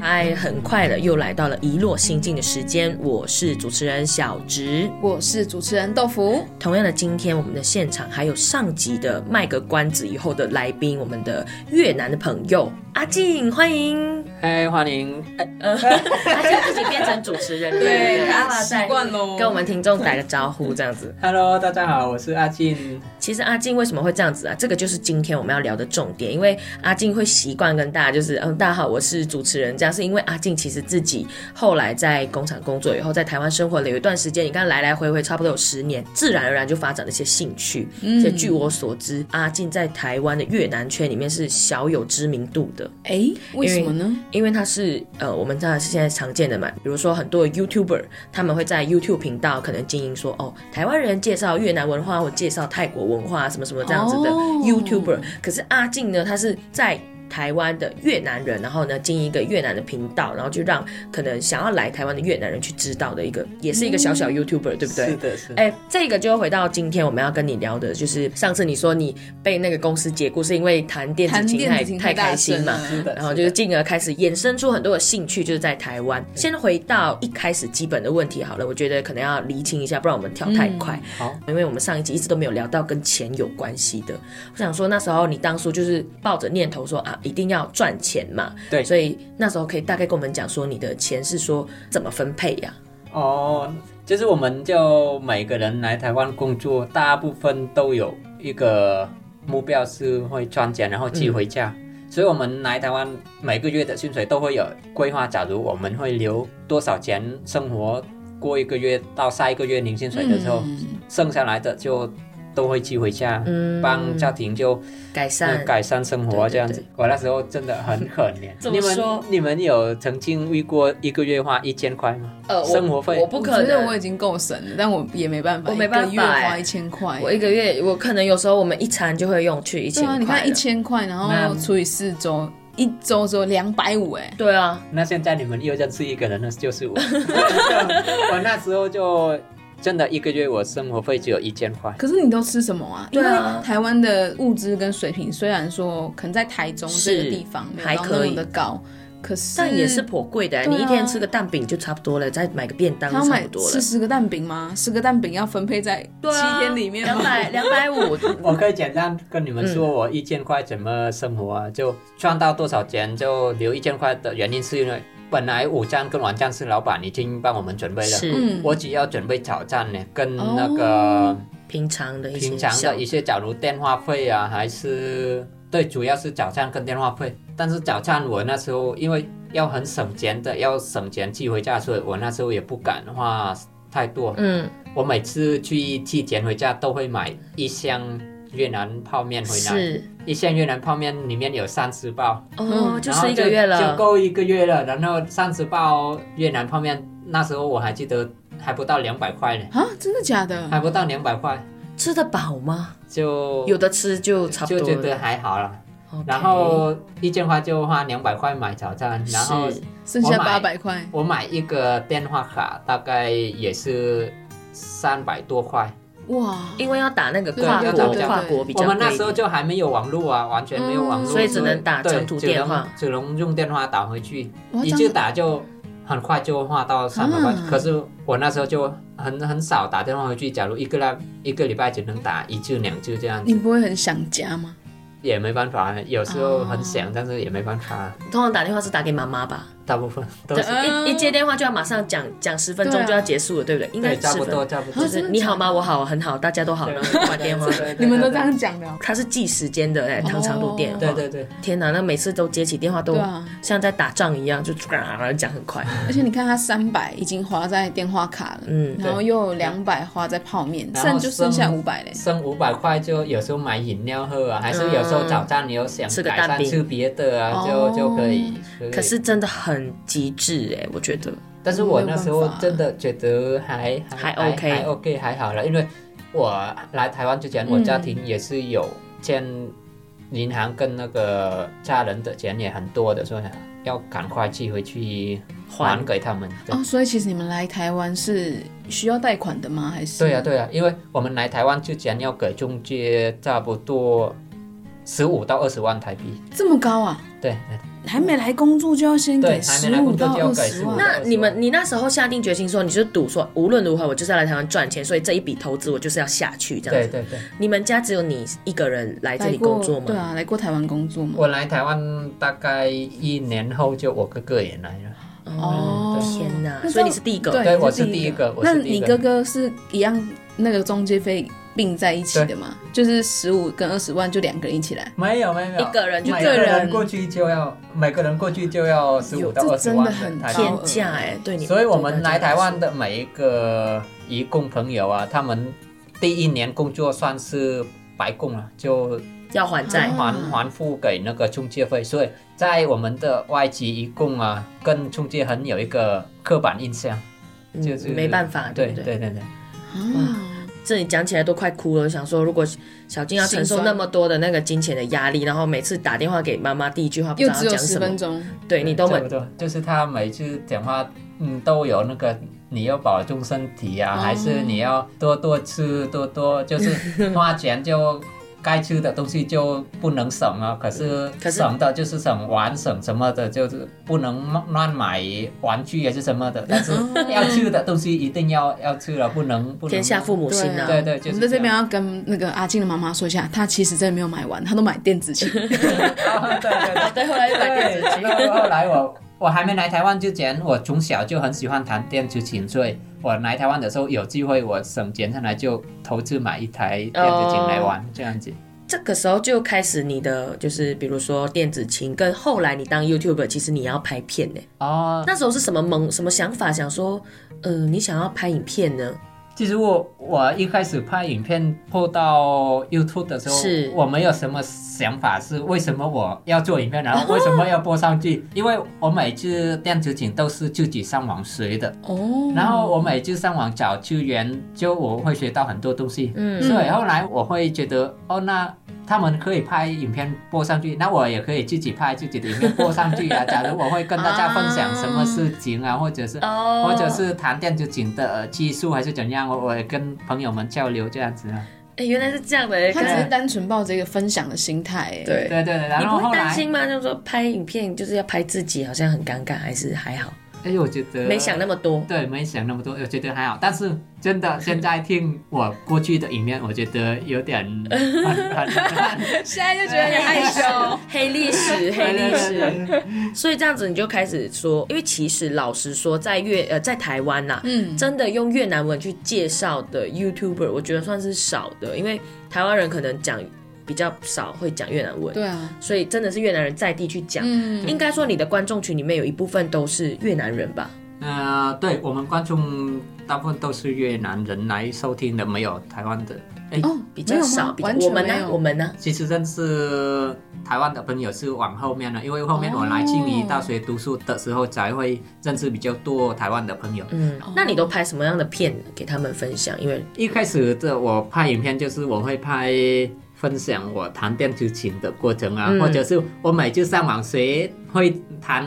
嗨，很快的又来到了遗落心境的时间，我是主持人小植。我是主持人豆腐，同样的，今天我们的现场还有上集的卖个关子以后的来宾，我们的越南的朋友阿静，欢迎。嗨，欢迎！他现在自己变成主持人了，对他习惯咯跟我们听众打个招呼，这样子。 Hello，大家好，我是阿进。其实阿静为什么会这样子啊？这个就是今天我们要聊的重点，因为阿静会习惯跟大家就是，嗯，大家好，我是主持人，这样是因为阿静其实自己后来在工厂工作以后，在台湾生活了有一段时间，你看来来回回差不多有十年，自然而然就发展了一些兴趣。而且据我所知，阿静在台湾的越南圈里面是小有知名度的。哎，为什么呢？因为它是呃，我们当然是现在常见的嘛，比如说很多的 YouTuber 他们会在 YouTube 频道可能经营说哦，台湾人介绍越南文化或介绍泰国文化啊什么什么这样子的哦 YouTuber，、可是阿静呢，他是在。台湾的越南人，然后呢，经营一个越南的频道，然后就让可能想要来台湾的越南人去知道的一个，也是一个小嗯小 YouTuber，、对不对？是的，是的。哎、这个就回到今天我们要跟你聊的，就是上次你说你被那个公司解雇，是因为弹电子弹琴电太子琴太太大开心声嘛了？是 的，哎然后就是是的进而开始衍生出很多的兴趣，就是在台湾。先回到一开始基本的问题好了，我觉得可能要厘清一下，不然我们跳太嗯快。好，因为我们上一集一直都没有聊到跟钱有关系的。我想说那时候你当初就是抱着念头说啊，一定要赚钱嘛，对所以那时候可以大概跟我们讲说你的钱是说怎么分配呀、哦，就是我们就每个人来台湾工作，大部分都有一个目标是会赚钱，然后寄回家。嗯所以我们来台湾每个月的薪水都会有规划，假如我们会留多少钱生活，过一个月到下一个月领薪水的时候，剩下来的就都会寄回家，嗯帮家庭就改那善。改善生对对活这样子。我那时候真的很可 怜。怎么你说们你们有曾经遇过一个月花一千块吗？呃生活费我不可我觉得能，我已经够省了，但我也没办法，我没办法一个月花欸一千块，我一个月我可能有时候我们一餐就会用去一千对块啊，了。你看一千块，然后除以四周，一周只有两百五，哎，对啊，那现在你们又认识一个人了，就是 我。我那时候就真的一个月我生活费只有一千块。可是你都吃什么啊？对啊因为台湾的物资跟水平虽然说可能在台中是这个地方没有还到可那以么的高，可是但也是颇贵的、对啊你一天吃个蛋饼就差不多了，再买个便当他要就差买不多了四。十个蛋饼吗？十个蛋饼要分配在对啊七天里面两吗？百两百 五，我可以简单跟你们说，我一千块怎么生活啊？就赚到多少钱就留一千块的原因是因为本来午餐跟晚餐是老板已经帮我们准备了，是 嗯，我只要准备早餐呢，跟哦那个、平常的一些平常小的一些，假如电话费啊，还是对，主要是早餐跟电话费。但是早餐我那时候因为要很省钱的，要省钱寄回家，所以我那时候也不敢花太多。嗯，我每次去寄钱回家都会买一箱越南泡面回来，是一箱越南泡面里面有三十包，哦，嗯就然后是一个月就了，够一个月了。然后三十包越南泡面，那时候我还记得还不到两百块呢，啊，真的假的？还不到两百块吃得饱吗？就有的吃就差不就多觉了。得还好啦。 OK 然后一千块就花两百块买早餐，然后是剩下我买八百块，我买一个电话卡，大概也是三百多块。哇，因为要打那个对啊跨要国打比较跨国比较啊我贵们一点，那时候就还没有网络啊，完全没有网络，嗯所以只能打对长途电话只能只能用电话打回去，哇一这样次打就很快就花到三百块。啊可是我那时候就很很少打电话回去，假如一个礼一个礼拜只能打一次两次这样你子，不会很想家吗？也没办法，有时候啊很想，但是也没办法，通常打电话是打给妈妈吧？大部分都对是，嗯一一接电话就要马上讲讲十分对钟啊就要结束了，对不对？应该对，是差十不分多，差不多啊就。啊真是的你假好的吗？我好，很好，大家都好，然后挂电话。你们都这样讲的哦、它是计时间的哎，长长途电话。哦对对对，天哪，那每次都接起电话都对啊像在打仗一样，就唰讲很快。而且你看，他三百已经花在电话卡了，嗯然后又有两百花在泡面，然后剩就剩下五百嘞。剩五百块就有时候买饮料喝啊，还是有时候早餐你有想吃个改蛋善饼吃别的啊，哦就就可以。可是真的很极致哎，我觉得。但是我那时没候有办法真的觉得还还 OK 还 OK 还好了，因为我来台湾之前，我嗯家庭也是有欠银行跟那个家人的钱也很多的，所以要赶快寄回去还还给他们。对哦，所以其实你们来台湾是需要贷款的吗？还是？对呀、啊对呀、因为我们来台湾之前要给中介差不多十五到二十万台币，这么高啊！对，还没来工作就要先给对十还没来五工作到就要二给十15万，那你们，你那时候下定决心说，你就赌说，无论如何我就是要来台湾赚钱，所以这一笔投资我就是要下去这样对子。对对。你们家只有你一个人来这来里工过作吗？对啊，来过台湾工作吗？我来台湾大概一年后，就我哥哥也来了。哦，嗯天哪！那所以你这是第一对个，啊对，啊你是我是第一第一个，我那是第一你哥哥是一样那个中介费并在一起的吗？就是十五跟二十万就两个人一起来，没有没有一个人就每一个个人人过去就要每个人过去就要十有五到这二十真的万的很台币天天价哎、对你们所以我们对大家来台湾说的每一个移工朋友啊，他们第一年工作算是白工了，就要还债啊，还还付给那个中介费，所以在我们的外籍移工啊，跟中介很有一个刻板印象，嗯就是没办法，对对不对？对对对。啊，这里讲起来都快哭了，想说如果小金要承受心酸那么多的那个金钱的压力，然后每次打电话给妈妈，第一句话不知又道只要有讲十什分么，钟，对你都差没不多，就是他每次讲话，嗯，都有那个你要保重身体啊，哦还是你要多多吃 多多，就是花钱就该吃的东西就不能省啊。可是可是省的就是省玩省什么的，就是不能乱买玩具啊还是什么的。但是要吃的东西一定要要吃了，不能不啊能天下父母心对啊对对，就我是们在这样边要跟那个阿静的妈妈说一下，她其实真的没有买完，她都买电子琴。对对对。对，后来又买电子琴，对，后来我我还没来台湾之前，我从小就很喜欢弹电子琴，所以我来台湾的时候有机会，我省钱下来就投资买一台电子琴来玩，这样子。这个时候就开始你的就是比如说电子琴，跟后来你当 YouTuber，其实你要拍片呢、哦，那时候是什么萌什么想法？想说，呃，你想要拍影片呢？其实我我一开始拍影片播到 YouTube 的时候，是我没有什么想法，是为什么我要做影片，然后为什么要播上去？ 因为我每次电子琴都是自己上网学的， 哦，然后我每次上网找资源，就我会学到很多东西。嗯所以后来我会觉得，哦，那他们可以拍影片播上去，那我也可以自己拍自己的影片播上 去啊。假如我会跟大家分享什么事情啊，或者是。哦或者是谈电子琴的呃技术还是怎样，我我也跟朋友们交流这样子啊。哎、原来是这样的、欸，她只看来是单纯抱着一个分享的心态，哎，对对对对，你然不后会后担来，心吗？就是说拍影片就是要拍自己，好像很尴尬，还是还好，哎，我觉啊得没想那么多。对，没想那么多，我觉得还好。但是真的，现在听我过去的影片，我觉得有点很很 现在就觉得有点害羞。黑历史，黑历对史。所以这样子你就开始说，因为其实老实说，在越呃在台湾呐、嗯，真的用越南文去介绍的 YouTuber，我觉得算是少的，因为台湾人可能讲比较少会讲越南文，对啊，所以真的是越南人在地去讲。嗯，应该说你的观众群里面有一部分都是越南人吧？呃，对我们观众大部分都是越南人来收听的，没有台湾的。哎，哦，比较少，比没较有吗完我全们没呢？有，我们呢？其实认识台湾的朋友是往后面了，因为后面我来清怡大学读书的时候才会认识比较多台湾的朋友。嗯，哦那你都拍什么样的片给他们分享？因为一开始的我拍影片就是我会拍分享我弹电子琴的过程啊，嗯或者是我每次上网学会弹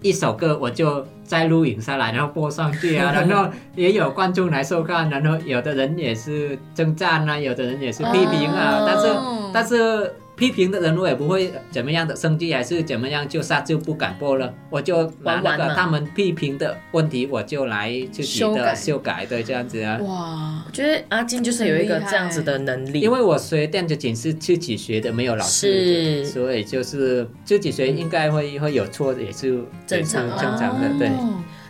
一首歌，我就再录影下来，然后播上去啊，然后也有观众来收看，然后有的人也是称赞啊，有的人也是批评啊，哦但是但是。批评的人我也不会怎么样的生气，还是怎么样，就下次不敢播了，我就拿那玩玩个嘛他们批评的问题，我就来自己修改的修改，对，这样子啊。哇，我觉得阿金就是有一个这样子的能力，因为我学电子琴是自己学的，没有老是师的，所以就是自己学应该会、会有错，也是正常也是正常的，哦对。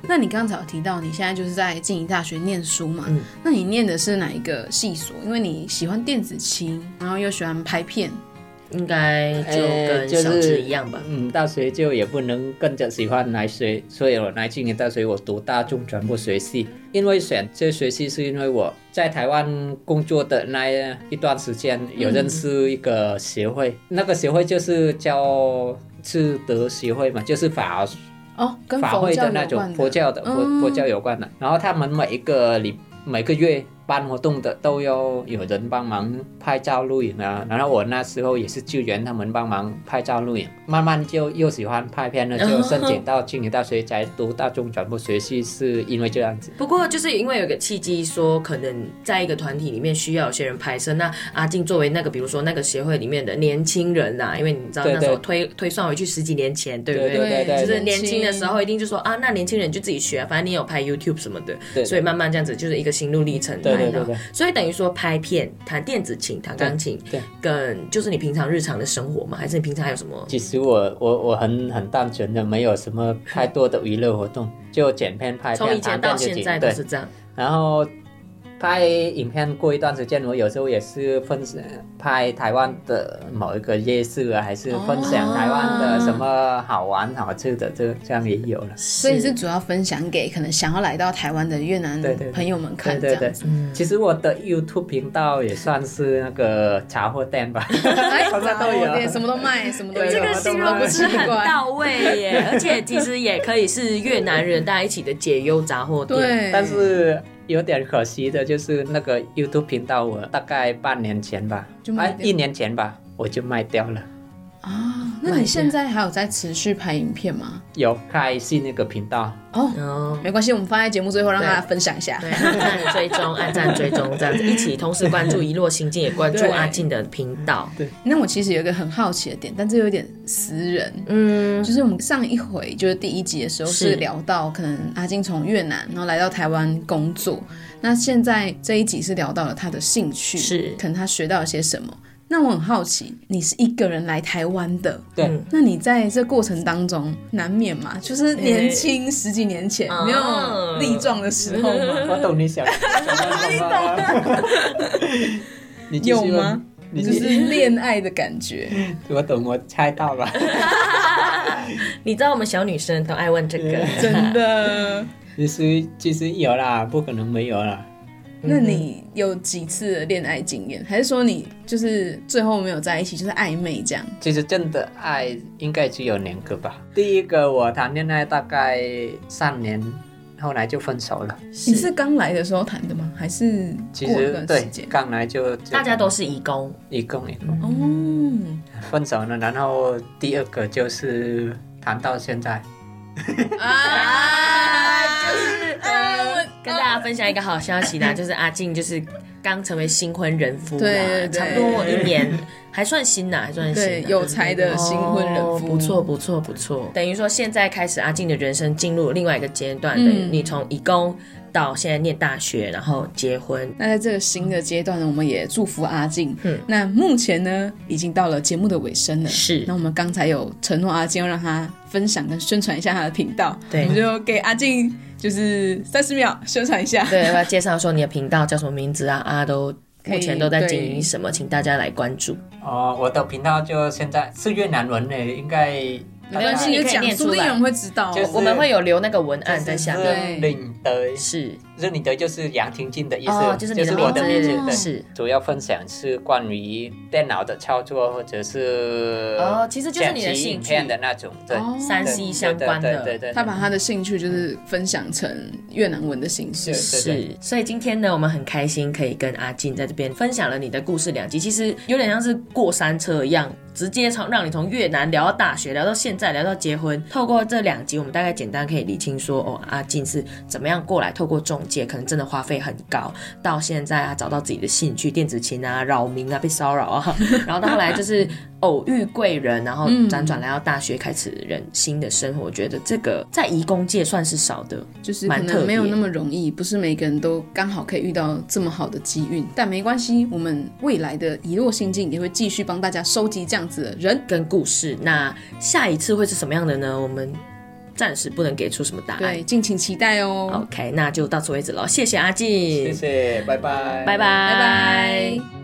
那你刚才有提到你现在就是在静宜大学念书嘛？嗯那你念的是哪一个系所？因为你喜欢电子琴，然后又喜欢拍片，应该就呃跟小就智是一样吧。嗯，大学就也不能跟着喜欢来学，所以我来去年大学我读大众传播学系，因为选这学系是因为我在台湾工作的那一段时间有认识一个协会，那个协会就是叫智德协会嘛，就是法哦，跟法佛会教的那有种关佛的，教嗯的佛佛教有关的。然后他们每一个礼每个月办活动的都要有人帮忙拍照录影啊。然后我那时候也是救援他们帮忙拍照录影，慢慢就又喜欢拍片了，就申请到青年大学才读大众传播学系，是因为这样子。不过就是因为有个契机，说可能在一个团体里面需要有些人拍摄，那阿静作为那个比如说那个协会里面的年轻人呐、因为你知道对那时候对推推算回去十几年前，对不对对对就是对年轻的时候一定就说啊，那年轻人就自己学、啊，反正你有拍 YouTube 什么的，对所以慢慢这样子就是一个心路历程对对来的对对所以等于说拍片、弹电子琴、弹钢琴，对对跟就是你平常日常的生活嘛，还是你平常还有什么？其实我我我很很单纯的，没有什么太多的娱乐活动，就剪片拍从片，以前弹到片就现剪在都对是这样，然后拍影片过一段时间，我有时候也是分享拍台湾的某一个夜市啊，还是分享台湾的什么好玩好吃的，这这样也有了。所以是主要分享给可能想要来到台湾的越南对对对嗯朋友们对看，这对样对子。，其实我的 YouTube 频道也算是那个茶货店吧，哎 哎什么都对，有。什么都 卖，什么都有，这这个什形么容都不 不是奇很怪。到位耶，而且其实也可以是越南人大家一起的解忧杂货店。，对，但是有点可惜的就是那个 YouTube 频道，我大概半年前吧就，卖哎，掉一年前吧，我就卖掉了。啊，那你现在还有在持续拍影片吗？有开新那个频道，哦，哦，没关系，我们放在节目最后让对大家分享一下。对，按赞追踪，按赞追踪，这样子一起同时关注一落心境，也关注对阿静的频道。那我其实有一个很好奇的点，但这有点私人，嗯，就是我们上一回就是第一集的时候是是聊到可能阿金从越南然后来到台湾工作，那现在这一集是聊到了他的兴趣，是可能他学到了些什么。那我很好奇，你是一个人来台湾的，对嗯那你在这过程当中难免嘛，就是年轻十几年前、哦没有力壮的时候啊嘛，我懂你想，你懂， 你继续有问吗？你 就继续是恋爱的 感觉。我懂，我猜到了。 你知道我们小女生都爱问这个，真嗯的？其实其实有啦，不可能没有啦。那你有几次的恋爱经验？还是说你就是最后没有在一起，就是暧昧这样？其实真的爱应该只有两个吧。第一个我谈恋爱大概三年，后来就分手了。你是刚来的时候谈的吗？还是其过一实段对时间，？刚来就大家都是义工，一共一共哦，分手了，然后第二个就是谈到现在。 啊，就是呃跟大家分享一个好消息 啦，就是阿静就是刚成为新婚人夫啦，对对对差不多一年，还算新呐，还算新对啦，，有才的新婚人夫，哦不错，不错不错。等于说现在开始，阿静的人生进入另外一个阶段，嗯等于你从义工到现在念大学，然后结婚。那在这个新的阶段呢，我们也祝福阿静。嗯，那目前呢，已经到了节目的尾声了。是那我们刚才有承诺阿静要让她分享跟宣传一下她的频道，对我们就给阿静就是三十秒宣传一下。对，要不要介绍说你的频道叫什么名字啊？啊，都以目前都在经营什么，请大家来关注。哦，我的频道就现在是越南文的，应该没关系，你可你以就讲念，出说不定来有人会知道哦。就是我们会有留那个文案在嗯下面。对领德是任你德就是杨廷进的意思，哦，就是你的我名的名字。字嗯对是。主要分享是关于电脑的操作，或者是哦其实就是你的剪辑兴影趣片的那种，对，哦三对 C 相关的，对对对对他把他的兴趣就是分享成越南文的形式对。对对是，所以今天呢，我们很开心可以跟阿静在这边分享了你的故事两集，其实有点像是过山车一样，直接从让你从越南聊到大学，聊到现在，聊到结婚。透过这两集，我们大概简单可以理清说，哦，阿静是怎么样过来，透过中介，可能真的花费很高，到现在啊找到自己的兴趣，电子琴啊、扰民啊、被骚扰啊，然后到后来就是偶遇贵人，然后辗转来到大学，开始人新的生活。我觉得这个在移工界算是少的，就是可蛮特别能没有那么容易，不是每个人都刚好可以遇到这么好的机运，但没关系，我们未来的一落心境也会继续帮大家收集这样子的人。跟故事。那下一次会是什么样的呢？我们暂时不能给出什么答案对，。敬请期待哦。 OK，那就到此为止了，谢谢阿静，谢谢，拜拜，拜拜，拜拜。